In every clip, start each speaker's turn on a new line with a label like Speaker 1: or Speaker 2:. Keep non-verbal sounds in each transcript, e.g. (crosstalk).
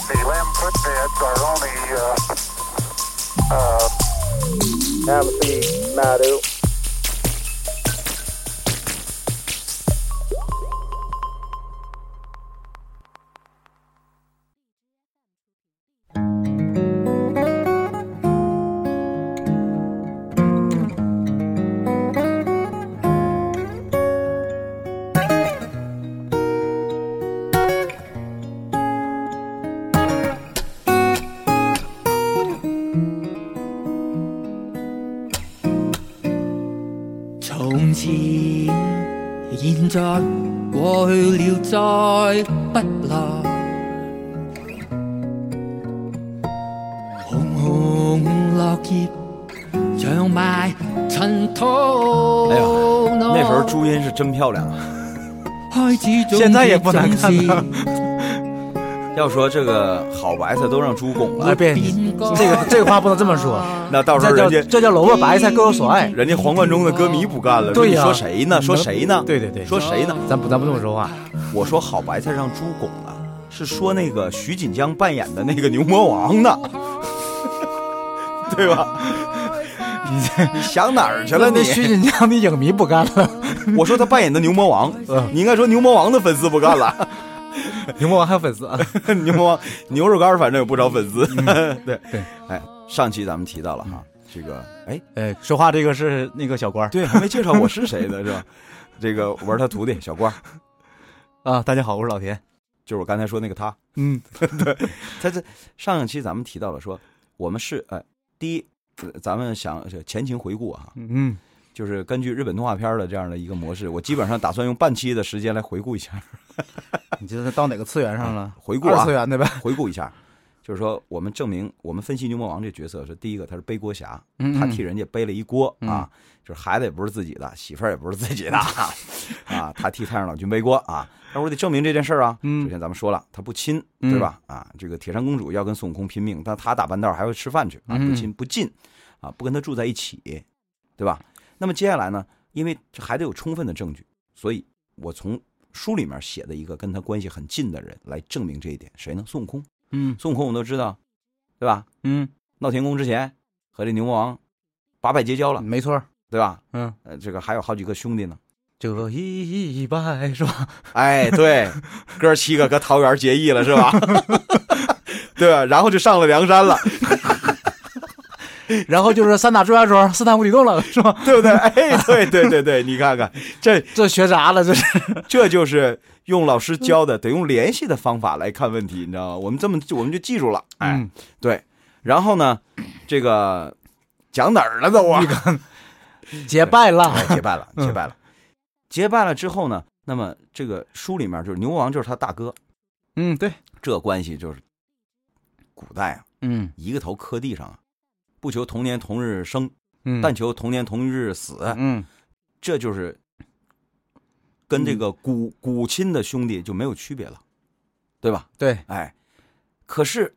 Speaker 1: quit bids are only, uh, uh, Amity Madu.
Speaker 2: 從前、現在、過去了，再不來。紅紅落葉，長埋塵土
Speaker 3: 哎呀
Speaker 2: 內。
Speaker 3: 那时候朱茵是真漂亮啊。
Speaker 2: 開始
Speaker 3: (laughs)
Speaker 2: 種
Speaker 4: 現在也不難看
Speaker 2: 種
Speaker 4: 啊
Speaker 2: 子
Speaker 3: 要说这个好白菜都让猪拱
Speaker 4: 哎，
Speaker 3: 了，
Speaker 4: 别，这个这个话不能这么说，
Speaker 3: 那到时候
Speaker 4: 这叫
Speaker 3: 人家
Speaker 4: 这叫萝卜白菜各有所爱。
Speaker 3: 人家黄贯中的歌迷不干了，说
Speaker 4: 对
Speaker 3: 你
Speaker 4: 呀
Speaker 3: 说谁呢？说谁呢？
Speaker 4: 对对对，
Speaker 3: 说谁呢？
Speaker 4: 咱不咱不这么说话，
Speaker 3: 我说好白菜让猪拱了，是说那个徐锦江扮演的那个牛魔王呢，对吧？你这你想哪儿去了
Speaker 4: 那
Speaker 3: 你？
Speaker 4: 那徐锦江的影迷不干了，
Speaker 3: 我说他扮演的牛魔王，你应该说牛魔王的粉丝不干了。
Speaker 4: 嗯 (laughs) 牛魔王还有粉丝啊？
Speaker 3: (laughs)
Speaker 4: 嗯
Speaker 3: 牛魔王牛肉干儿反正有不少粉丝。 (laughs) 对
Speaker 4: 对，
Speaker 3: 哎，上期咱们提到了哈，这个哎
Speaker 4: (laughs) 哎，说话这个是那个小官儿
Speaker 3: 对，还没介绍我是谁呢，是
Speaker 4: (laughs)
Speaker 3: 吧？这个我是他徒弟小官儿，
Speaker 4: 啊。大家好，我是老田。
Speaker 3: 就是我刚才说那个他。 (laughs)
Speaker 4: 嗯，
Speaker 3: 他这上一期咱们提到了说，我们是呃，第一，呃咱们想前情回顾哈，
Speaker 4: 嗯，
Speaker 3: 就是根据日本动画片儿的这样的一个模式，我基本上打算用半期的时间来回顾一下，
Speaker 4: 你这是到哪个次元上了？
Speaker 3: 回顾
Speaker 4: 二
Speaker 3: 啊
Speaker 4: 次，元对吧？
Speaker 3: 回顾一下，就是说我们证明，我们分析牛魔王这角色是第一个，他是背锅侠，
Speaker 4: 嗯
Speaker 3: 他替人家背了一锅
Speaker 4: 嗯
Speaker 3: 啊，就是孩子也不是自己的，媳妇儿也不是自己的啊， (laughs) 他替太上老君背锅啊。但是我得证明这件事儿啊。
Speaker 4: 嗯
Speaker 3: 首先咱们说了，他不亲，对吧？啊，这个铁扇公主要跟孙悟空拼命，但他打半道还要吃饭去啊，
Speaker 4: 嗯
Speaker 3: 不亲不近啊，不跟他住在一起，对吧？那么接下来呢，因为这还得有充分的证据，所以我从书里面写的一个跟他关系很近的人来证明这一点，谁呢？孙悟空。
Speaker 4: 嗯
Speaker 3: 孙悟空我们都知道，对吧？
Speaker 4: 嗯，
Speaker 3: 闹天宫之前和这牛魔王八拜结交了，
Speaker 4: 嗯没错儿，
Speaker 3: 对吧？
Speaker 4: 嗯，
Speaker 3: 呃，这个还有好几个兄弟呢。 (laughs)
Speaker 4: 这一拜是吧？ (laughs)
Speaker 3: 哎，对，哥七个搁桃园结义了是
Speaker 4: (laughs)
Speaker 3: 吧？对吧？然后就上了梁山了，
Speaker 4: 然后就是三打朱家庄，四探无底洞了是吧？
Speaker 3: 对不对？哎，对对对对，你看看，这
Speaker 4: 这学渣了，这是。
Speaker 3: 这就是用老师教
Speaker 4: 嗯
Speaker 3: 的，得用联系的方法来看问题，你知道吗？我们这么我们就记住了，哎，
Speaker 4: 嗯
Speaker 3: 对。然后呢，这个讲哪儿了都啊？
Speaker 4: 结拜了。
Speaker 3: 哎，结拜了，
Speaker 4: 嗯
Speaker 3: 结拜了，结拜了之后呢，那么这个书里面就是牛王就是他大哥，
Speaker 4: 嗯，对，
Speaker 3: 这关系就是古代啊，
Speaker 4: 嗯
Speaker 3: 一个头磕地上啊，不求同年同日生，
Speaker 4: 嗯
Speaker 3: 但求同年同日死，
Speaker 4: 嗯
Speaker 3: 这就是跟这个古古亲的兄弟就没有区别了，对吧？
Speaker 4: 对，
Speaker 3: 哎，可是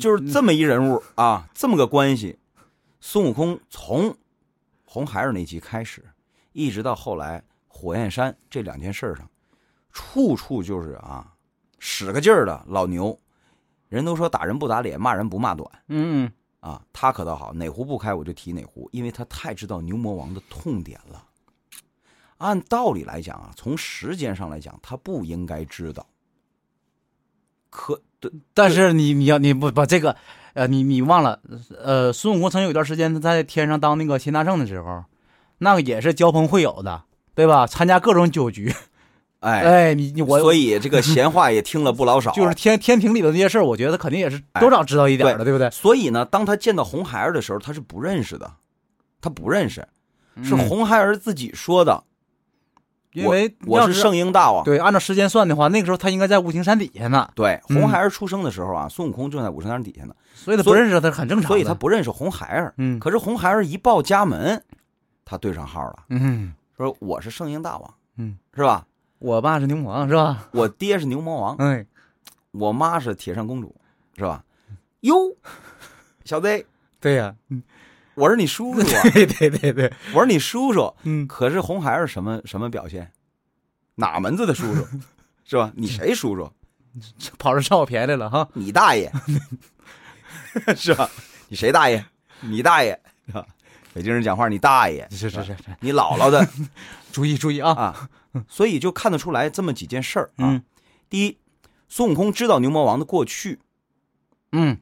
Speaker 3: 就是这么一人物啊，这么个关系，孙悟空从红孩儿那集开始，一直到后来火焰山这两件事儿上，处处就是啊，使个劲儿的老牛。人都说打人不打脸，骂人不骂短
Speaker 4: 嗯
Speaker 3: 啊，他可倒好，哪壶不开我就提哪壶，因为他太知道牛魔王的痛点了。按道理来讲啊，从时间上来讲，他不应该知道。可对
Speaker 4: 嗯，但是你你要你不把这个，呃，你你忘了，呃，孙悟空曾有一段时间他在天上当那个擒大圣的时候，那个也是交朋会友的，对吧？参加各种酒局，
Speaker 3: 哎
Speaker 4: 哎，你你我
Speaker 3: 所以这个闲话也听了不老少。
Speaker 4: 就是，天天庭里头那些事儿，我觉得肯定也是
Speaker 3: 哎
Speaker 4: 多少知道一点儿的，对不对？
Speaker 3: 所以呢，当他见到红孩儿的时候，他是不认识的，他不认识，是
Speaker 4: 嗯，
Speaker 3: 红孩儿自己说的。
Speaker 4: 因为
Speaker 3: 我
Speaker 4: 要
Speaker 3: 我是圣婴大王。
Speaker 4: 对，按照时间算的话，那个时候他应该在五行山底下呢，
Speaker 3: 对，
Speaker 4: 嗯
Speaker 3: 红孩儿出生的时候啊，孙悟空正在五圣山底下呢，
Speaker 4: 所以他不
Speaker 3: 所以
Speaker 4: 认识他很正常的，
Speaker 3: 所以他不认识红孩儿。
Speaker 4: 嗯
Speaker 3: 可是红孩儿一报家门，他对上号了，
Speaker 4: 嗯，
Speaker 3: 说我是圣婴大王，
Speaker 4: 嗯，
Speaker 3: 是吧？
Speaker 4: 我爸是牛魔王是吧？
Speaker 3: 我爹是牛魔王，
Speaker 4: 哎，
Speaker 3: 我妈是铁扇公主，是吧？哟，小 Z，
Speaker 4: 对呀、 (laughs)
Speaker 3: 我是你叔叔啊，
Speaker 4: 对对对对，
Speaker 3: 我是你叔叔。
Speaker 4: 嗯，
Speaker 3: 可是 (laughs) 红孩儿什么什么表现？哪门子的叔叔，是吧？你谁叔叔？
Speaker 4: 跑着占我便宜来了哈，
Speaker 3: 你大爷， (laughs) 是吧？你谁大爷？你大爷是吧？北京人讲话，你大爷，
Speaker 4: 是是是，
Speaker 3: 你姥姥
Speaker 4: (laughs)
Speaker 3: 的
Speaker 4: 啊注意注意啊！
Speaker 3: 啊，所以就看得出来这么几件事儿啊。
Speaker 4: 嗯
Speaker 3: 第一，孙悟空知道牛魔王的过去，
Speaker 4: 嗯，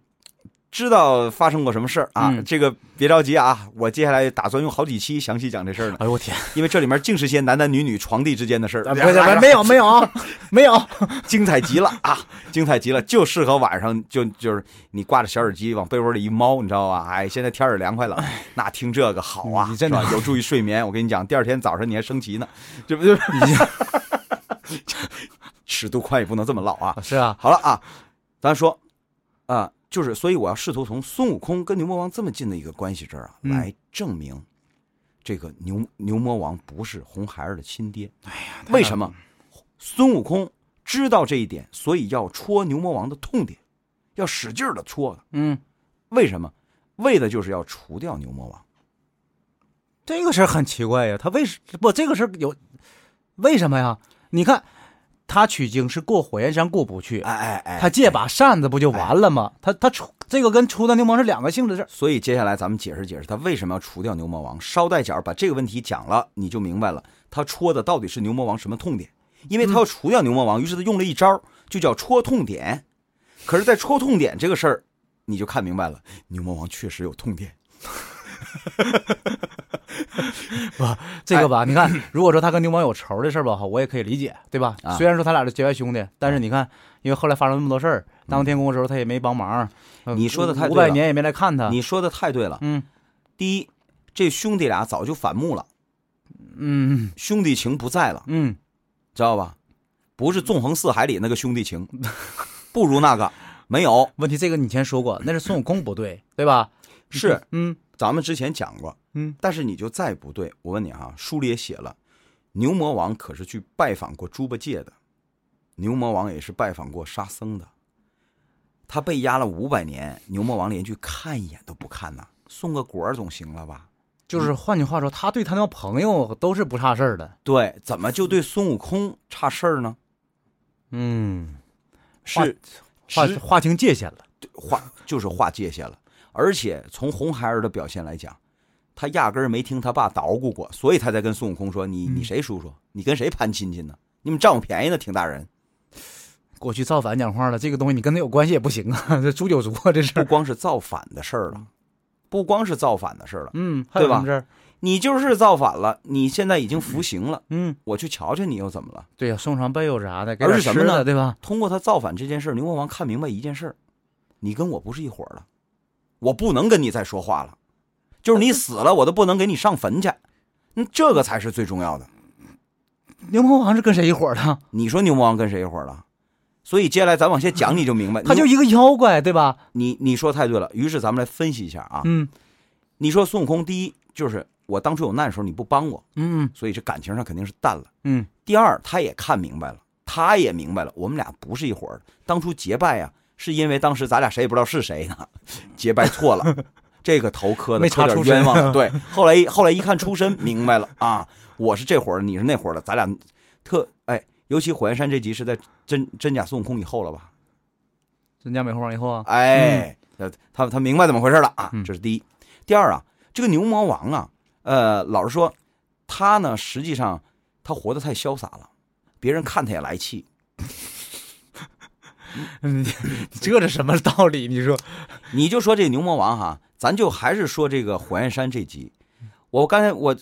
Speaker 3: 知道发生过什么事儿啊。
Speaker 4: 嗯
Speaker 3: 这个别着急啊，我接下来打算用好几期详细讲这事儿呢，
Speaker 4: 哎呦我天，
Speaker 3: 因为这里面尽是些男男女女床弟之间的事儿。
Speaker 4: 啊不是不是没有没有啊，没有，
Speaker 3: (laughs) 精彩极了啊！精彩极了，就适合晚上就就是你挂着小耳机往被窝里一猫，你知道吧？哎，现在天儿也凉快了，那听这个好啊，
Speaker 4: 哎你真的
Speaker 3: 是吧有助于睡眠。我跟你讲，第二天早上你还升旗呢，这不就 (laughs) 尺度宽也不能这么唠啊！
Speaker 4: 是啊，
Speaker 3: 好了啊，咱说啊、就是所以我要试图从孙悟空跟牛魔王这么近的一个关系这儿啊，
Speaker 4: 嗯
Speaker 3: 来证明这个牛牛魔王不是红孩儿的亲爹。
Speaker 4: 哎
Speaker 3: 为什么？孙悟空知道这一点，所以要戳牛魔王的痛点，要使劲的戳他。
Speaker 4: 嗯，
Speaker 3: 为什么？为的就是要除掉牛魔王。
Speaker 4: 这个事儿很奇怪呀，他为什不这个事儿有为什么呀？你看他取经是过火焰山过不去，
Speaker 3: 哎哎哎
Speaker 4: 他借把扇子不就完了吗？他他出这个跟出的牛魔是两个性质的事儿。
Speaker 3: 所以接下来咱们解释解释他为什么要除掉牛魔王。捎带脚把这个问题讲了，你就明白了，他戳的到底是牛魔王什么痛点？因为他要除掉牛魔王，于是他用了一招，就叫戳痛点。可是，在戳痛点这个事儿，你就看明白了，牛魔王确实有痛点。
Speaker 4: 这个吧，你看，如果说他跟牛魔有仇的事儿吧，哈，我也可以理解，对吧？
Speaker 3: 啊
Speaker 4: 虽然说他俩是结拜兄弟，但是你看，因为后来发生那么多事儿，当天宫的时候他也没帮忙，呃
Speaker 3: 你说的太
Speaker 4: 五
Speaker 3: 对了
Speaker 4: 百年也没来看他，
Speaker 3: 你说的太对了。
Speaker 4: 啊嗯
Speaker 3: 第一，这兄弟俩早就反目了，
Speaker 4: 嗯
Speaker 3: 兄弟情不在了，
Speaker 4: 嗯，
Speaker 3: 知道吧？不是纵横四海里那个兄弟情，不如那个没有。
Speaker 4: 问题这个你以前说过，那是孙悟空不对，对吧？
Speaker 3: 是
Speaker 4: 嗯
Speaker 3: 咱们之前讲过，
Speaker 4: 嗯，
Speaker 3: 但是你就再不对，我问你啊，书里也写了，牛魔王可是去拜访过猪八戒的，牛魔王也是拜访过沙僧的。他被压了五百年，牛魔王连去看一眼都不看呐，送个果儿总行了吧？
Speaker 4: 就是
Speaker 3: 嗯
Speaker 4: 换句话说，他对他那朋友都是不差事儿的，
Speaker 3: 对，怎么就对孙悟空差事儿呢？
Speaker 4: 嗯，
Speaker 3: 是
Speaker 4: 划
Speaker 3: 直
Speaker 4: 划清界限了，
Speaker 3: 划就是划界限了。而且从红孩儿的表现来讲，他压根儿没听他爸捣鼓过，所以他才跟孙悟空说：“你你谁叔叔？你跟谁攀亲戚呢？你们占我便宜呢，挺大人。
Speaker 4: 过去造反讲话了，这个东西你跟他有关系也不行啊， (laughs) 这诛九族啊，这事
Speaker 3: 不
Speaker 4: 儿，
Speaker 3: 光是造反的事儿了，不光是造反的事儿了，
Speaker 4: 嗯，还有
Speaker 3: 对吧
Speaker 4: 什么事儿？
Speaker 3: 你就是造反了，你现在已经服刑了，
Speaker 4: 嗯，
Speaker 3: 我去瞧瞧你又怎么了？
Speaker 4: 对呀、送上被褥啥的，给
Speaker 3: 而
Speaker 4: 点
Speaker 3: 是什
Speaker 4: 吃
Speaker 3: 么呢
Speaker 4: 的，对吧？
Speaker 3: 通过他造反这件事儿，牛魔王看明白一件事儿：你跟我不是一伙儿了，我不能跟你再说话了，就是你死了，我都不能给你上坟去，嗯，这个才是最重要的。
Speaker 4: 牛魔王是跟谁一伙儿的？
Speaker 3: 你说牛魔王跟谁一伙儿了？所以接下来咱往下讲，你就明白。
Speaker 4: 他就
Speaker 3: 你
Speaker 4: 一个妖怪，对吧？
Speaker 3: 你你说太对了。于是咱们来分析一下啊。
Speaker 4: 嗯
Speaker 3: 你说孙悟空，第一就是我当初有难的时候你不帮我，
Speaker 4: 嗯
Speaker 3: 所以这感情上肯定是淡了。
Speaker 4: 嗯，
Speaker 3: 第二，他也看明白了，他也明白了，我们俩不是一伙儿的。当初结拜呀、是因为当时咱俩谁也不知道是谁呢， (laughs) 结拜错了，这个头磕的
Speaker 4: 没查
Speaker 3: 磕
Speaker 4: 出
Speaker 3: 点冤
Speaker 4: 身 (laughs)
Speaker 3: 枉。对，后来一后来一看出身，明白了啊，我是这伙儿的，你是那伙儿的，咱俩特哎，尤其火焰山这集是在真真假孙悟空以后了吧？
Speaker 4: 真假美猴王以后
Speaker 3: (laughs)
Speaker 4: 啊，
Speaker 3: 哎，呃他他明白怎么回事了啊
Speaker 4: 嗯，
Speaker 3: 这是第一。第二啊，这个牛魔王啊，呃，老实说，他呢实际上他活得太潇洒了，别人看他也来气。
Speaker 4: 你这是什么道理？你说，
Speaker 3: 你就说这牛魔王哈，咱就还是说这个火焰山这集。我刚才我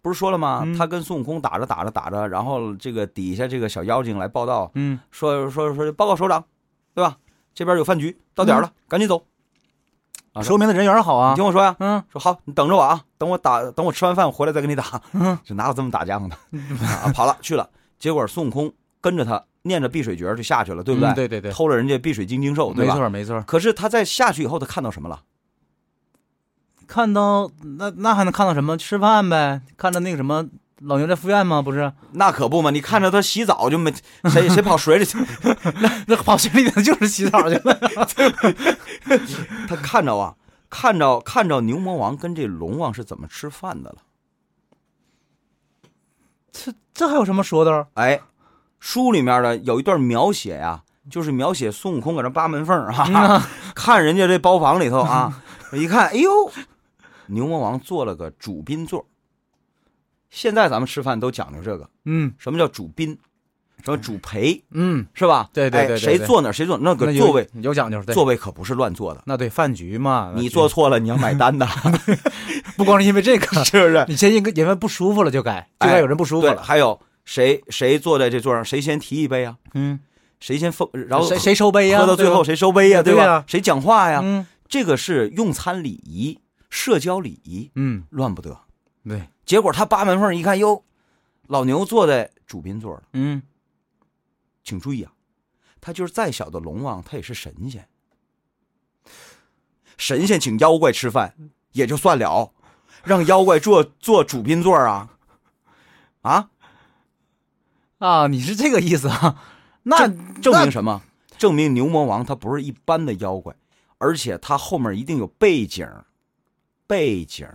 Speaker 3: 不是说了吗？
Speaker 4: 嗯
Speaker 3: 他跟孙悟空打着打着打着，然后这个底下这个小妖精来报道，
Speaker 4: 嗯，
Speaker 3: 说说说报告首长，对吧？这边有饭局，到点儿了，赶紧走。啊
Speaker 4: 嗯说明的人缘好
Speaker 3: 你
Speaker 4: 啊
Speaker 3: 听，我说呀，
Speaker 4: 嗯，
Speaker 3: 说好，你等着我啊，等我打，等我吃完饭回来再跟你打。
Speaker 4: 嗯
Speaker 3: (laughs) 就哪有这么打架的？啊，跑了去了，结果孙悟空跟着他念着碧水诀就下去了，对不对？
Speaker 4: 嗯对对对，
Speaker 3: 偷了人家碧水金睛兽，对
Speaker 4: 没
Speaker 3: 吧？
Speaker 4: 错没错。
Speaker 3: 可是他在下去以后，他看到什么了？
Speaker 4: 看到那那还能看到什么？吃饭呗，看到那个什么老牛在赴宴吗？不是，
Speaker 3: 那可不嘛！你看着他洗澡就没谁谁跑水里去， (laughs)
Speaker 4: (laughs) 那跑水里的就是洗澡去了。
Speaker 3: 他看着啊，看着看着牛魔王跟这龙王是怎么吃饭的了。
Speaker 4: (laughs) 这这还有什么说的？
Speaker 3: 哎，书里面的有一段描写呀、就是描写孙悟空搁那扒门缝儿
Speaker 4: 嗯
Speaker 3: 啊， (laughs) 看人家这包房里头啊，一看，哎呦，牛魔王做了个主宾座。现在咱们吃饭都讲究这个，
Speaker 4: 嗯
Speaker 3: 什么叫主宾，什么主陪，
Speaker 4: 嗯，
Speaker 3: 是吧？
Speaker 4: 对对
Speaker 3: 哎
Speaker 4: 对对
Speaker 3: 谁
Speaker 4: 对
Speaker 3: 坐哪儿谁坐哪儿那
Speaker 4: 那
Speaker 3: 个
Speaker 4: 有
Speaker 3: 座位
Speaker 4: 有讲究，对，
Speaker 3: 座位可不是乱坐的，
Speaker 4: 那对饭局嘛，
Speaker 3: 你坐错了你要买单
Speaker 4: (laughs)
Speaker 3: 的，
Speaker 4: 不光是因为 (laughs) 这个，
Speaker 3: 是不是？
Speaker 4: 你先因为人们不舒服了就该，就该有人不舒服
Speaker 3: 对，
Speaker 4: 了，
Speaker 3: 还有谁谁坐在这桌上，谁先提一杯啊？
Speaker 4: 嗯，
Speaker 3: 谁先封？然后
Speaker 4: 谁谁收杯呀？
Speaker 3: 喝到最后
Speaker 4: 对吧，
Speaker 3: 谁收杯呀、
Speaker 4: 对
Speaker 3: 对
Speaker 4: 呀
Speaker 3: 吧？谁讲话呀、
Speaker 4: 嗯
Speaker 3: 这个是用餐礼仪、社交礼仪，
Speaker 4: 嗯，
Speaker 3: 乱不得。
Speaker 4: 对，
Speaker 3: 结果他扒门缝一看，哟，老牛坐在主宾座了。
Speaker 4: 嗯
Speaker 3: 请注意啊，他就是再小的龙王，他也是神仙。神仙请妖怪吃饭也就算了，让妖怪坐坐主宾座啊，啊，
Speaker 4: 啊，你是这个意思 (laughs) 啊？那
Speaker 3: 证
Speaker 4: 那
Speaker 3: 明什么？证明牛魔王他不是一般的妖怪，而且他后面一定有背景，背景。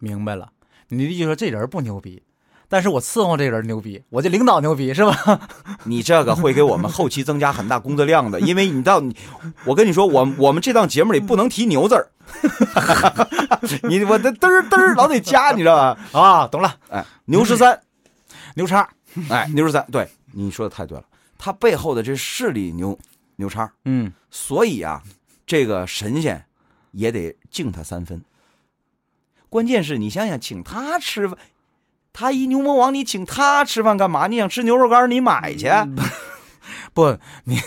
Speaker 4: 明白了，你的意思说这人不牛逼，但是我伺候这人牛逼，我这领导牛逼是吧？ (laughs)
Speaker 3: 你这个会给我们后期增加很大工作量的，因为你到你，我跟你说，我我们这档节目里不能提牛字儿， (laughs) 你我这嘚儿嘚儿老得加，你知道吧？
Speaker 4: 啊，懂了，
Speaker 3: 哎，牛十三，
Speaker 4: 牛叉，
Speaker 3: 哎，牛十三，对，你说的太对了，他背后的这势力牛牛叉，
Speaker 4: 嗯，
Speaker 3: 所以啊，这个神仙也得敬他三分。关键是你想想，请他吃饭，他一牛魔王，你请他吃饭干嘛？你想吃牛肉干，你买去。啊
Speaker 4: 不，你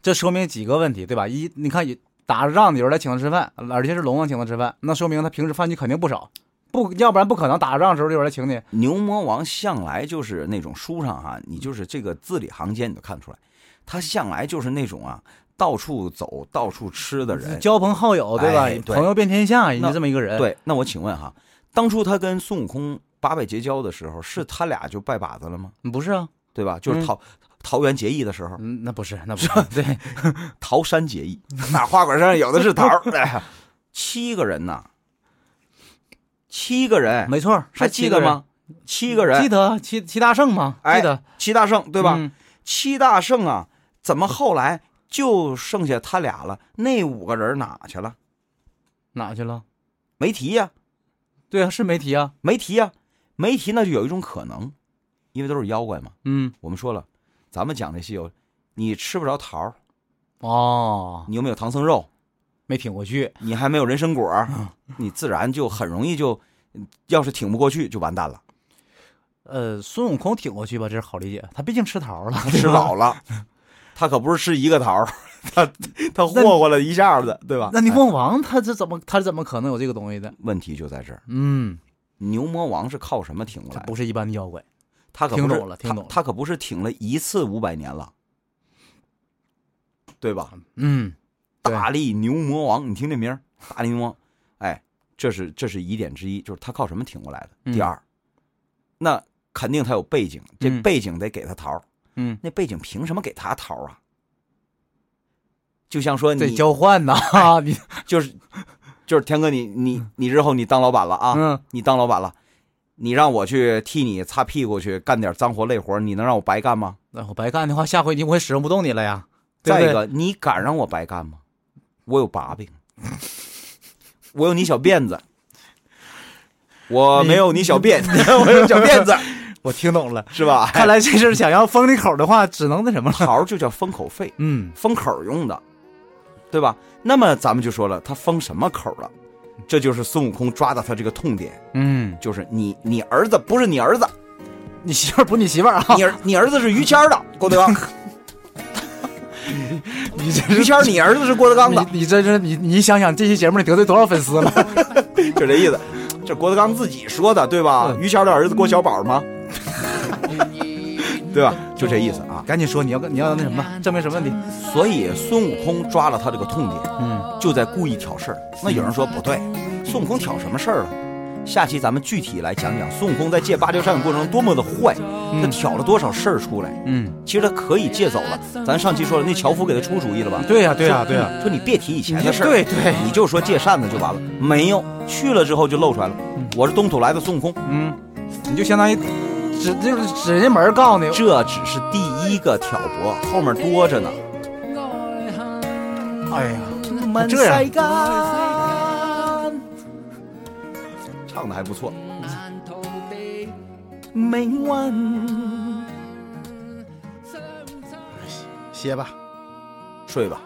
Speaker 4: 这说明几个问题，对吧？一，你看有打着仗的有人来请他吃饭，而且是龙王请他吃饭，那说明他平时饭局肯定不少，不，要不然不可能打着仗的时候就有人请你。
Speaker 3: 牛魔王向来就是那种书上哈、你就是这个字里行间你就看出来，他向来就是那种啊到处走到处吃的人。
Speaker 4: 交朋好友，对吧？
Speaker 3: 哎对
Speaker 4: 朋友遍天下，人家这么一个人。，
Speaker 3: 对，那我请问哈、当初他跟孙悟空八拜结交的时候，是他俩就拜把子了吗？
Speaker 4: 不是啊，
Speaker 3: 对吧？就是
Speaker 4: 嗯
Speaker 3: 桃、桃园结义的时候，
Speaker 4: 嗯，那不是，那不是，对，
Speaker 3: 桃山结义，那花果山有的是桃儿。哎呀 (laughs) 七个人呐，七个人，
Speaker 4: 没错，
Speaker 3: 还
Speaker 4: 是
Speaker 3: 记
Speaker 4: 七
Speaker 3: 得
Speaker 4: 个人？
Speaker 3: 吗？七个人，
Speaker 4: 记得七七大圣吗？
Speaker 3: 哎
Speaker 4: 记得
Speaker 3: 七大圣对吧？
Speaker 4: 嗯
Speaker 3: 七大圣啊，怎么后来就剩下他俩了？那五个人哪去了？
Speaker 4: 哪去了？
Speaker 3: 没提呀、
Speaker 4: 对啊，是没提啊。
Speaker 3: 没提呀、没提。那就有一种可能，因为都是妖怪嘛。
Speaker 4: 嗯，
Speaker 3: 我们说了，咱们讲这些有，你吃不着桃儿，
Speaker 4: 哦，
Speaker 3: 你又没有唐僧肉，
Speaker 4: 没挺过去。
Speaker 3: 你还没有人参果儿，你自然就很容易就，要是挺不过去就完蛋了，
Speaker 4: 呃，孙悟空挺过去吧，这是好理解。他毕竟吃桃了，
Speaker 3: 吃老了。他可不是吃一个桃儿， (laughs) 他他霍霍了一下子，对吧？
Speaker 4: 那牛
Speaker 3: 哎
Speaker 4: 魔王他这怎么他怎么可能有这个东西的？
Speaker 3: 问题就在这儿，
Speaker 4: 嗯，
Speaker 3: 牛魔王是靠什么挺过
Speaker 4: 他
Speaker 3: 来的？
Speaker 4: 不是一般的妖怪。
Speaker 3: 他可不是
Speaker 4: 听懂了听懂了
Speaker 3: 他，他可不是挺了一次五百年了，对吧？
Speaker 4: 嗯，对
Speaker 3: 大力牛魔王，你听这名儿，大力牛魔王，哎，这是这是疑点之一，就是他靠什么挺过来的？
Speaker 4: 嗯
Speaker 3: 第二，那肯定他有背景，这
Speaker 4: 嗯
Speaker 3: 背景得给他桃儿，
Speaker 4: 嗯，
Speaker 3: 那背景凭什么给他桃儿啊？就像说
Speaker 4: 得
Speaker 3: 你
Speaker 4: 交换呐，你
Speaker 3: 就是就是天哥你，你你日后你当老板了啊，
Speaker 4: 嗯
Speaker 3: 你当老板了，你让我去替你擦屁股去干点脏活累活，你能让我白干吗？
Speaker 4: 那我白干的话，下回你我会使用不动你了呀。对不
Speaker 3: 再
Speaker 4: 对
Speaker 3: 一个，你敢让我白干吗？我有把柄，我有你小辫子，我没有你小辫，我有小辫子，
Speaker 4: 我听懂了。
Speaker 3: 是吧？
Speaker 4: 看来这事儿想要封你口的话，只能那什么了。
Speaker 3: 桃儿就叫封口费，
Speaker 4: 嗯，
Speaker 3: 封口儿用的，对吧？那么咱们就说了，他封什么口儿了？这就是孙悟空抓到他这个痛点，
Speaker 4: 嗯，
Speaker 3: 就是你，你儿子不是你儿子，
Speaker 4: 你媳妇儿不是你媳妇儿啊？
Speaker 3: 你儿你儿子是于谦儿的，郭德纲，
Speaker 4: 你这
Speaker 3: 于谦儿你儿子是郭德纲的，
Speaker 4: 你你真是你你想想，这期节目你得罪多少粉丝了？ (laughs)
Speaker 3: (laughs) 就这意思。这郭德纲自己说的，对吧？
Speaker 4: 嗯
Speaker 3: 于谦儿的儿子郭小宝吗？对吧？就这意思啊。
Speaker 4: 赶紧说，你要你要那什么，证明什么问题？
Speaker 3: 所以孙悟空抓了他这个痛点，
Speaker 4: 嗯，
Speaker 3: 就在故意挑事儿。那有人说不对，孙悟空挑什么事儿了？下期咱们具体来讲讲孙悟空在借芭蕉扇的过程中多么的坏，他挑了多少事儿出来。
Speaker 4: 嗯，
Speaker 3: 其实他可以借走了，咱上期说了，那樵夫给他出主意了吧？
Speaker 4: 对呀、对呀、啊对呀、
Speaker 3: 说你别提以前的事儿，
Speaker 4: 对对
Speaker 3: 你就说借扇子就完了。没有，去了之后就露出来了，我是东土来的孙悟空。
Speaker 4: 嗯，你就相当于指就是指人家门儿告诉你，
Speaker 3: 这只是第一个挑拨，后面多着呢。
Speaker 2: 哎呀，
Speaker 4: 满
Speaker 2: 这样
Speaker 4: 晒干，唱的还不错。命运，
Speaker 2: 歇吧。
Speaker 4: 睡吧。